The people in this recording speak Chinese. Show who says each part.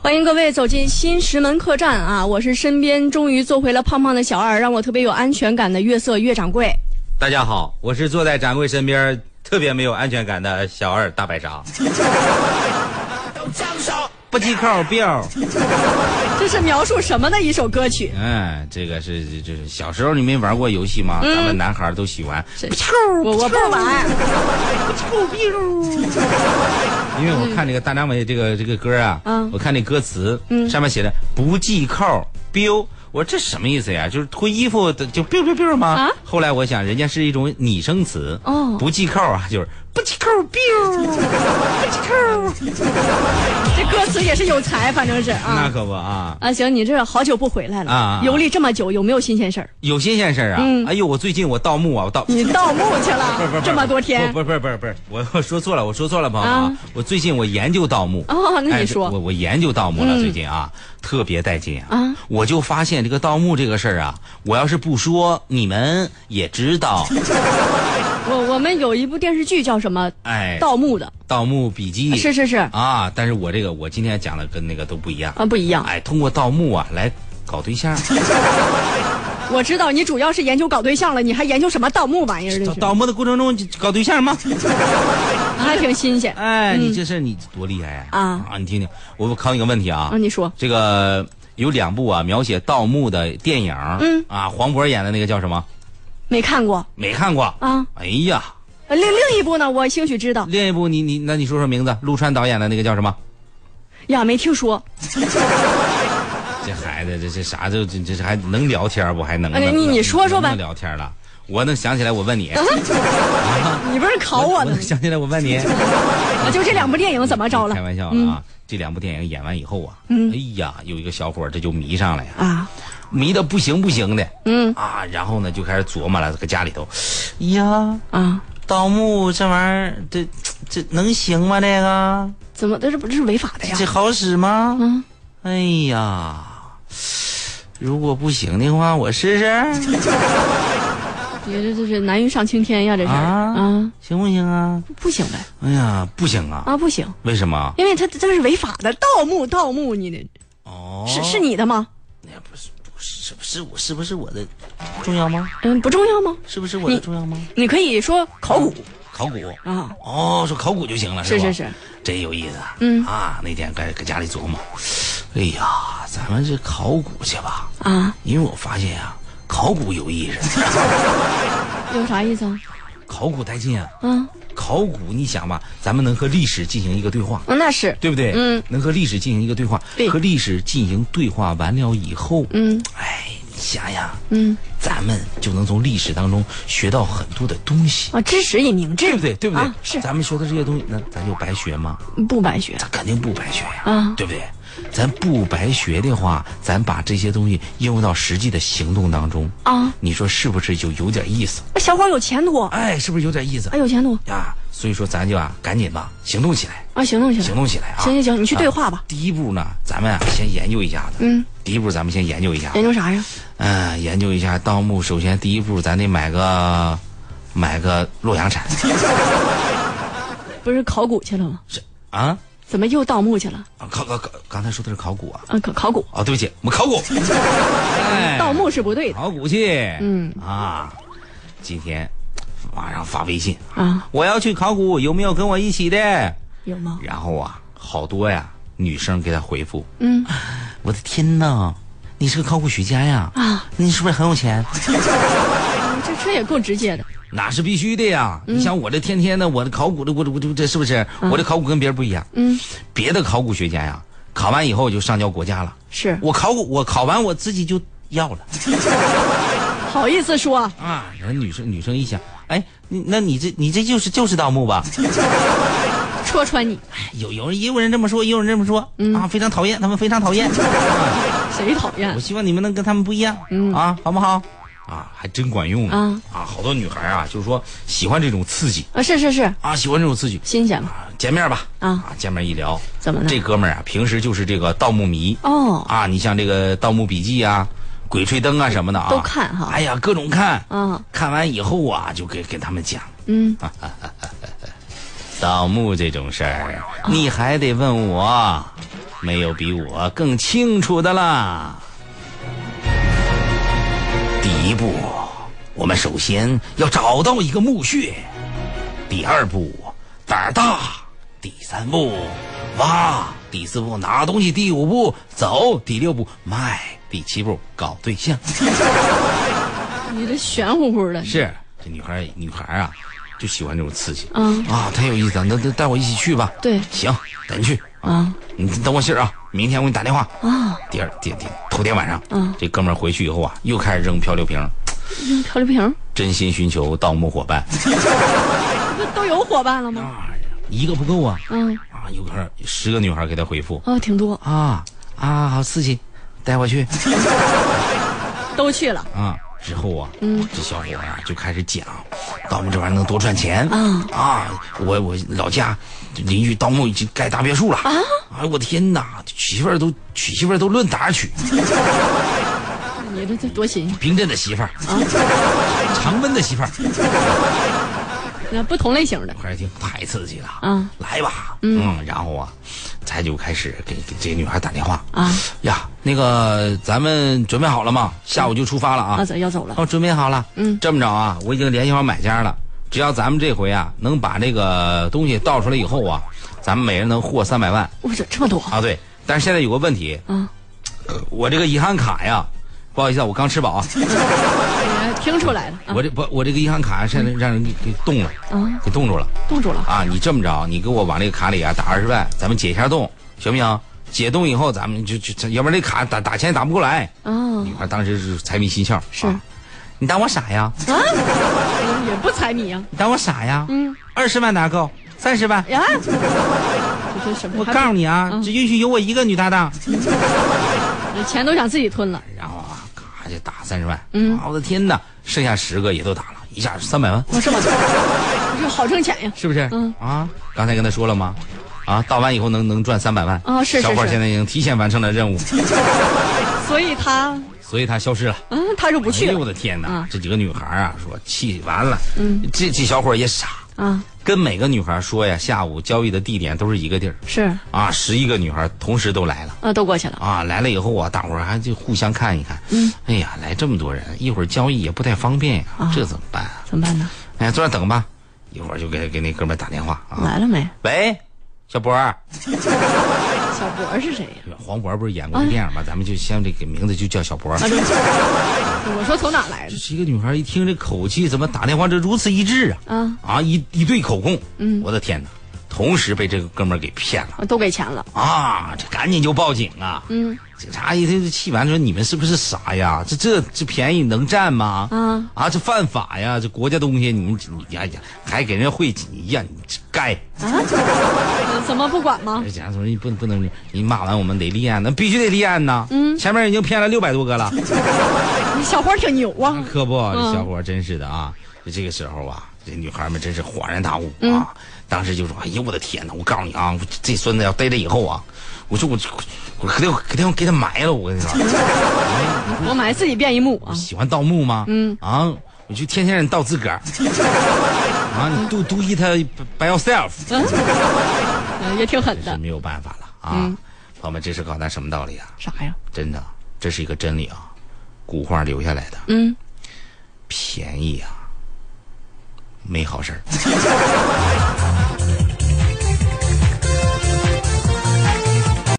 Speaker 1: 欢迎各位走进新石门客栈啊！我是身边终于做回了胖胖的小二，让我特别有安全感的月色月掌柜。
Speaker 2: 大家好，我是坐在展柜身边特别没有安全感的小二大白 鲨。不系靠标，
Speaker 1: 这是描述什么的一首歌曲？
Speaker 2: 嗯，这个是这这是小时候你没玩过游戏吗？
Speaker 1: 嗯
Speaker 2: 咱们男孩都喜欢，
Speaker 1: 是我我不玩，
Speaker 2: 因为我看这个大张伟这个这个歌啊，
Speaker 1: 嗯
Speaker 2: 我看那歌词，上面写的不系靠标。我说这什么意思呀？就是脱衣服的就 biu biu biu 吗？
Speaker 1: 啊
Speaker 2: 后来我想，人家是一种拟声词，
Speaker 1: 哦啊
Speaker 2: 不系靠啊，就是不系靠 biu，不 系靠。
Speaker 1: 这歌词也是有才，反正是
Speaker 2: 那
Speaker 1: 啊。
Speaker 2: 可不啊，
Speaker 1: 啊，行，你这好久不回来了，
Speaker 2: 啊
Speaker 1: 游历这么久，有没有新鲜事儿？
Speaker 2: 有新鲜事儿啊！哎呦，我最近我盗墓啊，我盗。
Speaker 1: 你盗墓去
Speaker 2: 不是
Speaker 1: 了，
Speaker 2: 不是
Speaker 1: 嗯这么多天
Speaker 2: 不是不是不是不是，我 我说错了，我说错了，朋友们
Speaker 1: 啊
Speaker 2: 啊！我最近我研究盗墓
Speaker 1: 哦那你
Speaker 2: 哎
Speaker 1: 说嗯
Speaker 2: 我我研究盗墓了，最近啊，特别带劲
Speaker 1: 啊
Speaker 2: 啊！我就发现这个盗墓这个事儿啊，我要是不说，你们也知道。
Speaker 1: 我我们有一部电视剧叫什么？
Speaker 2: 哎，
Speaker 1: 盗墓的，
Speaker 2: 盗墓笔记
Speaker 1: 是是是，啊
Speaker 2: 啊，但是我这个我今天讲的跟那个都不一样。
Speaker 1: 不一样。
Speaker 2: 哎，通过盗墓啊来搞 对象，
Speaker 1: 我知道你主要是研究搞对象了，你还研究什么盗墓玩意儿？这
Speaker 2: 盗
Speaker 1: 是嗯
Speaker 2: 盗墓的过程中就搞对象吗？
Speaker 1: 还挺新鲜
Speaker 2: 哎，你这事儿你多厉害呀！
Speaker 1: 啊
Speaker 2: 啊，你听听，我考你个问题啊
Speaker 1: 啊！。你说
Speaker 2: 这个有两部啊，描写盗墓的电影，
Speaker 1: 嗯
Speaker 2: 啊，黄渤演的那个叫什么？
Speaker 1: 没看过
Speaker 2: 没看过。
Speaker 1: 啊？
Speaker 2: 哎呀，
Speaker 1: 呃另另一部呢，我兴许知道
Speaker 2: 另一部你你那你说说名字，陆川导演的那个叫什么？
Speaker 1: 呀，没听说。
Speaker 2: 这孩子这这啥就这这还能聊天不？还能
Speaker 1: 哎你
Speaker 2: 能
Speaker 1: 你说说呗
Speaker 2: 能聊天了，我能想起来，我 问你，
Speaker 1: 你不是考我呢
Speaker 2: 能？想起来，我问 你，
Speaker 1: 啊就这两部电影怎么着了嗯
Speaker 2: 开？玩笑了啊！这两部电影演完以后啊，哎呀，有一个小伙儿这就迷上了呀，
Speaker 1: 啊，
Speaker 2: 迷的不行不行的，
Speaker 1: 嗯
Speaker 2: 啊，然后呢就开始琢磨了，搁家里头，哎呀，
Speaker 1: 啊，
Speaker 2: 盗墓这玩意儿，这这能行吗？这个
Speaker 1: 怎么这这不这是违法的呀？
Speaker 2: 这好使吗？
Speaker 1: 嗯，
Speaker 2: 哎呀，如果不行的话，我试试，
Speaker 1: 你这这是难于上青天呀，这是
Speaker 2: 啊
Speaker 1: 啊，
Speaker 2: 行不行啊？
Speaker 1: 不行呗
Speaker 2: 哎呀，不行啊！
Speaker 1: 啊，不行，
Speaker 2: 为什么？
Speaker 1: 因为他这是违法的，盗墓盗墓，你这
Speaker 2: 哦，
Speaker 1: 是是你的吗？
Speaker 2: 哎不是不是是不是我是不是我的重要吗？
Speaker 1: 嗯，不重要吗？
Speaker 2: 是不是我的
Speaker 1: 你
Speaker 2: 重要吗？
Speaker 1: 你可以说考古
Speaker 2: 考古。
Speaker 1: 啊，
Speaker 2: 哦，说考古就行了，
Speaker 1: 是
Speaker 2: 吧？
Speaker 1: 是是，
Speaker 2: 真有意思啊。
Speaker 1: 嗯
Speaker 2: 啊，那天搁搁家里琢磨，哎呀，咱们这考古去吧。
Speaker 1: 啊，
Speaker 2: 因为我发现啊，考古有意思，
Speaker 1: 有啥意思啊？
Speaker 2: 考古带劲啊！
Speaker 1: 啊，
Speaker 2: 考古，你想吧，咱们能和历史进行一个对话，
Speaker 1: 那是
Speaker 2: 对不对？
Speaker 1: 嗯，
Speaker 2: 能和历史进行一个对话，
Speaker 1: 对
Speaker 2: 和历史进行对话完了以后，
Speaker 1: 嗯
Speaker 2: 哎，你想想，
Speaker 1: 嗯
Speaker 2: 咱们就能从历史当中学到很多的东西，
Speaker 1: 啊，知识以明志，
Speaker 2: 对不对？对不对？
Speaker 1: 啊是
Speaker 2: 咱们学的这些东西，那咱就白学吗？
Speaker 1: 不白学
Speaker 2: 肯定不白学呀、
Speaker 1: 啊
Speaker 2: 对不对？咱不白学的话，咱把这些东西应用到实际的行动当中，
Speaker 1: 啊，
Speaker 2: 你说是不是就有点意思？
Speaker 1: 小伙有前途，啊，
Speaker 2: 哎，是不是有点意思？
Speaker 1: 有前途
Speaker 2: 呀，所以说咱就啊，赶紧吧，行动起来，
Speaker 1: 啊，行动行
Speaker 2: 行
Speaker 1: 动，
Speaker 2: 动起来啊！
Speaker 1: 行行行，你去对话吧
Speaker 2: 啊。第一步呢，咱们啊先研究一下子。
Speaker 1: 嗯，
Speaker 2: 第一步咱们先研究一下。
Speaker 1: 研究啥呀？
Speaker 2: 嗯、研究一下盗墓。首先第一步，咱得买个买个洛阳铲。
Speaker 1: 不是考古去了吗？
Speaker 2: 是啊，
Speaker 1: 怎么又盗墓去了？
Speaker 2: 啊考考考，刚才说的是考古啊。
Speaker 1: 啊，考考古，
Speaker 2: 哦，对不起，我们考 古。哎
Speaker 1: 盗墓是不对的
Speaker 2: 考古去。
Speaker 1: 嗯
Speaker 2: 啊，今天马上发微信，
Speaker 1: 啊，
Speaker 2: 我要去考古，有没有跟我一起的？
Speaker 1: 有吗？
Speaker 2: 然后啊，好多呀，女生给他回复，
Speaker 1: 嗯，
Speaker 2: 我的天呐，你是个考古学家呀？
Speaker 1: 啊，
Speaker 2: 你是不是很有钱？
Speaker 1: 这这也够直接的。
Speaker 2: 那是必须的呀！
Speaker 1: 嗯
Speaker 2: 你想我这天天的，我这考古的，我这我这这是不是？我这考古跟别人不一样。
Speaker 1: 嗯，
Speaker 2: 别的考古学家呀，考完以后就上交国家了。
Speaker 1: 是，
Speaker 2: 我考古，我考完我自己就要了
Speaker 1: 好意思说，
Speaker 2: 啊！然后女生女生一想，哎，你那你这你这就是就是盗墓吧？
Speaker 1: 戳穿你，
Speaker 2: 哎有有人也有人这么说，也有人这么说、
Speaker 1: 嗯
Speaker 2: 啊，非常讨厌，他们非常讨厌。
Speaker 1: 谁讨厌
Speaker 2: 我？希望你们能跟他们不一样，啊，好不好？啊，还真管用
Speaker 1: 嗯啊！
Speaker 2: 啊，好多女孩啊，就是说喜欢这种刺激
Speaker 1: 啊，是是是，
Speaker 2: 啊，喜欢这种刺激。
Speaker 1: 新鲜嘛。
Speaker 2: 啊见面吧，
Speaker 1: 啊
Speaker 2: 见面一聊，
Speaker 1: 怎么呢
Speaker 2: 这哥们儿啊，平时就是这个盗墓迷
Speaker 1: 哦
Speaker 2: 啊，你像这个《盗墓笔记》啊，《鬼吹灯》啊什么的啊，
Speaker 1: 都看哈
Speaker 2: 哎呀，各种看
Speaker 1: 啊，
Speaker 2: 看完以后啊，就给给他们讲
Speaker 1: 嗯，
Speaker 2: 盗墓这种事儿，你还得问我，没有比我更清楚的啦。第一步，我们首先要找到一个墓穴；第二步，胆儿大；第三步，挖；第四步，拿东西；第五步，走；第六步，卖；第七步，搞对象。
Speaker 1: 你这玄乎乎的，
Speaker 2: 是这女孩，女孩啊，就喜欢这种刺激。
Speaker 1: 嗯
Speaker 2: 啊，太有意思了，那那带我一起去吧。
Speaker 1: 对
Speaker 2: 行，带你去
Speaker 1: 啊。
Speaker 2: 你等我信儿啊，明天我给你打电话。
Speaker 1: 啊，
Speaker 2: 第二第第头天晚上，
Speaker 1: 嗯
Speaker 2: 这哥们儿回去以后啊，又开始扔漂流瓶，
Speaker 1: 用漂流瓶，
Speaker 2: 真心寻求盗墓伙伴，哎
Speaker 1: 不都有伙伴了吗？
Speaker 2: 一个不够啊，
Speaker 1: 嗯，
Speaker 2: 啊，有个十个女孩给他回复
Speaker 1: 哦，挺多，
Speaker 2: 啊啊，好刺激，带我去
Speaker 1: 都去了。
Speaker 2: 啊。之后啊，嗯，这小伙儿啊就开始讲，盗墓这玩意儿能多赚钱
Speaker 1: 啊
Speaker 2: 啊！我我老家邻居盗墓已经盖大别墅了啊！哎我天哪，娶媳妇儿都娶媳妇儿都论哪儿娶？
Speaker 1: 你这这多新鲜！
Speaker 2: 平镇的媳妇儿，常温的媳妇儿，
Speaker 1: 那不同类型的，
Speaker 2: 快听，太刺激了！
Speaker 1: 嗯，
Speaker 2: 来吧，啊嗯，然后啊，他就开始给给这女孩打电话
Speaker 1: 啊
Speaker 2: 呀，那个咱们准备好了吗？下午就出发了
Speaker 1: 啊，
Speaker 2: 啊！
Speaker 1: 走要走了。
Speaker 2: 哦，准备好了。
Speaker 1: 嗯
Speaker 2: 这么着啊，我已经联系好买家了。只要咱们这回啊能把这个东西倒出来以后啊，咱们每人能获三百万
Speaker 1: 我这这么多
Speaker 2: 啊。对，但是现在有个问题，
Speaker 1: 啊！
Speaker 2: 呃我这个银行卡呀，不好意思啊，我刚吃饱啊，
Speaker 1: 嗯哎听出来了啊
Speaker 2: 我这不我这个银行卡现
Speaker 1: 嗯
Speaker 2: 在让人给给冻了，
Speaker 1: 啊，
Speaker 2: 给冻住了。
Speaker 1: 冻住了
Speaker 2: 啊，你这么着，你给我往这个卡里啊打二十万，咱们解一下冻，行不行？解冻以后，咱们就就就，要不然这卡打打钱也打不过来。
Speaker 1: 啊
Speaker 2: 女孩当时是财迷心窍，
Speaker 1: 是
Speaker 2: 啊你当我傻呀？
Speaker 1: 啊，也不猜谜啊。
Speaker 2: 你当我傻呀？
Speaker 1: 嗯，哎
Speaker 2: 二十万哪够？三十万？
Speaker 1: 呀，嗯这这什么？
Speaker 2: 我告诉你啊，只允许有我一个女搭档。
Speaker 1: 还钱都想自己吞了。
Speaker 2: 然后啊，咔就打三十万。
Speaker 1: 嗯
Speaker 2: 啊，我的天哪，剩下十个也都打了，一下三百万，
Speaker 1: 我是吗？这好挣钱呀！
Speaker 2: 是不是？
Speaker 1: 嗯
Speaker 2: 啊，刚才跟他说了吗？啊，到完以后能能赚三百万
Speaker 1: 啊是是
Speaker 2: 小伙儿
Speaker 1: 是
Speaker 2: 现在已经提前完成了任务，
Speaker 1: 所以他，
Speaker 2: 所以他消失了。
Speaker 1: 嗯，他就不去
Speaker 2: 哎呦我
Speaker 1: 了
Speaker 2: 的天哪！
Speaker 1: 啊
Speaker 2: 这几个女孩啊，说气完了。嗯，这这小伙儿也傻，
Speaker 1: 啊。
Speaker 2: 跟每个女孩说呀，下午交易的地点都是一个地儿
Speaker 1: 是
Speaker 2: 啊，十一个女孩同时都来了。
Speaker 1: 啊，都过去了。
Speaker 2: 啊，来了以后啊，大伙儿还就互相看一看。嗯，哎呀，来这么多人，一会儿交易也不太方便呀、这怎么办啊？
Speaker 1: 怎么办呢？
Speaker 2: 哎，坐那儿等吧，一会儿就给给那哥们儿打电话啊。
Speaker 1: 来了没？
Speaker 2: 喂，小博儿，
Speaker 1: 小博是谁呀？
Speaker 2: 黄渤不是演过一电影吗？咱们就先这个名字就叫小博儿。
Speaker 1: 啊啊，对不起我说从哪儿来的
Speaker 2: 这？是一个女孩，一听这口气，怎么打电话这如此一致啊？
Speaker 1: 啊
Speaker 2: 啊，一一对口供，嗯，我的天哪，同时被这个哥们儿给骗了
Speaker 1: 啊都给钱了。
Speaker 2: 啊！这赶紧就报警啊！嗯，警察一听这气完说：“你们是不是傻呀？这这这便宜能占吗？
Speaker 1: 啊
Speaker 2: 啊，这犯法呀！这国家东西你们你哎呀，还给人家汇集呀？你这该！
Speaker 1: 啊？怎么不管吗？
Speaker 2: 这警察说你不不能，你骂完我们得立案，那必须得立案呐！嗯，前面已经骗了六百多个 了。”
Speaker 1: 你小伙儿挺牛啊！
Speaker 2: 可不，这小伙儿真是的啊！就这个时候啊，这女孩们真是恍然大悟啊！当时就说：“哎呦，我的天哪！我告诉你啊，我这孙子要逮着以后啊，我说我我肯定肯定给他埋了！我跟你说，
Speaker 1: 我买自己变一幕啊！
Speaker 2: 喜欢盗墓吗？嗯啊，我就天天让你盗自 个儿啊！你 do do it by yourself，
Speaker 1: 嗯 也挺狠
Speaker 2: 这
Speaker 1: 的。嗯
Speaker 2: 没有办法了啊！朋友们，这是告诉咱什么道理啊？
Speaker 1: 啥呀？
Speaker 2: 真的，这是一个真理啊，古话留下来的。
Speaker 1: 嗯，
Speaker 2: 便宜啊，没好事儿。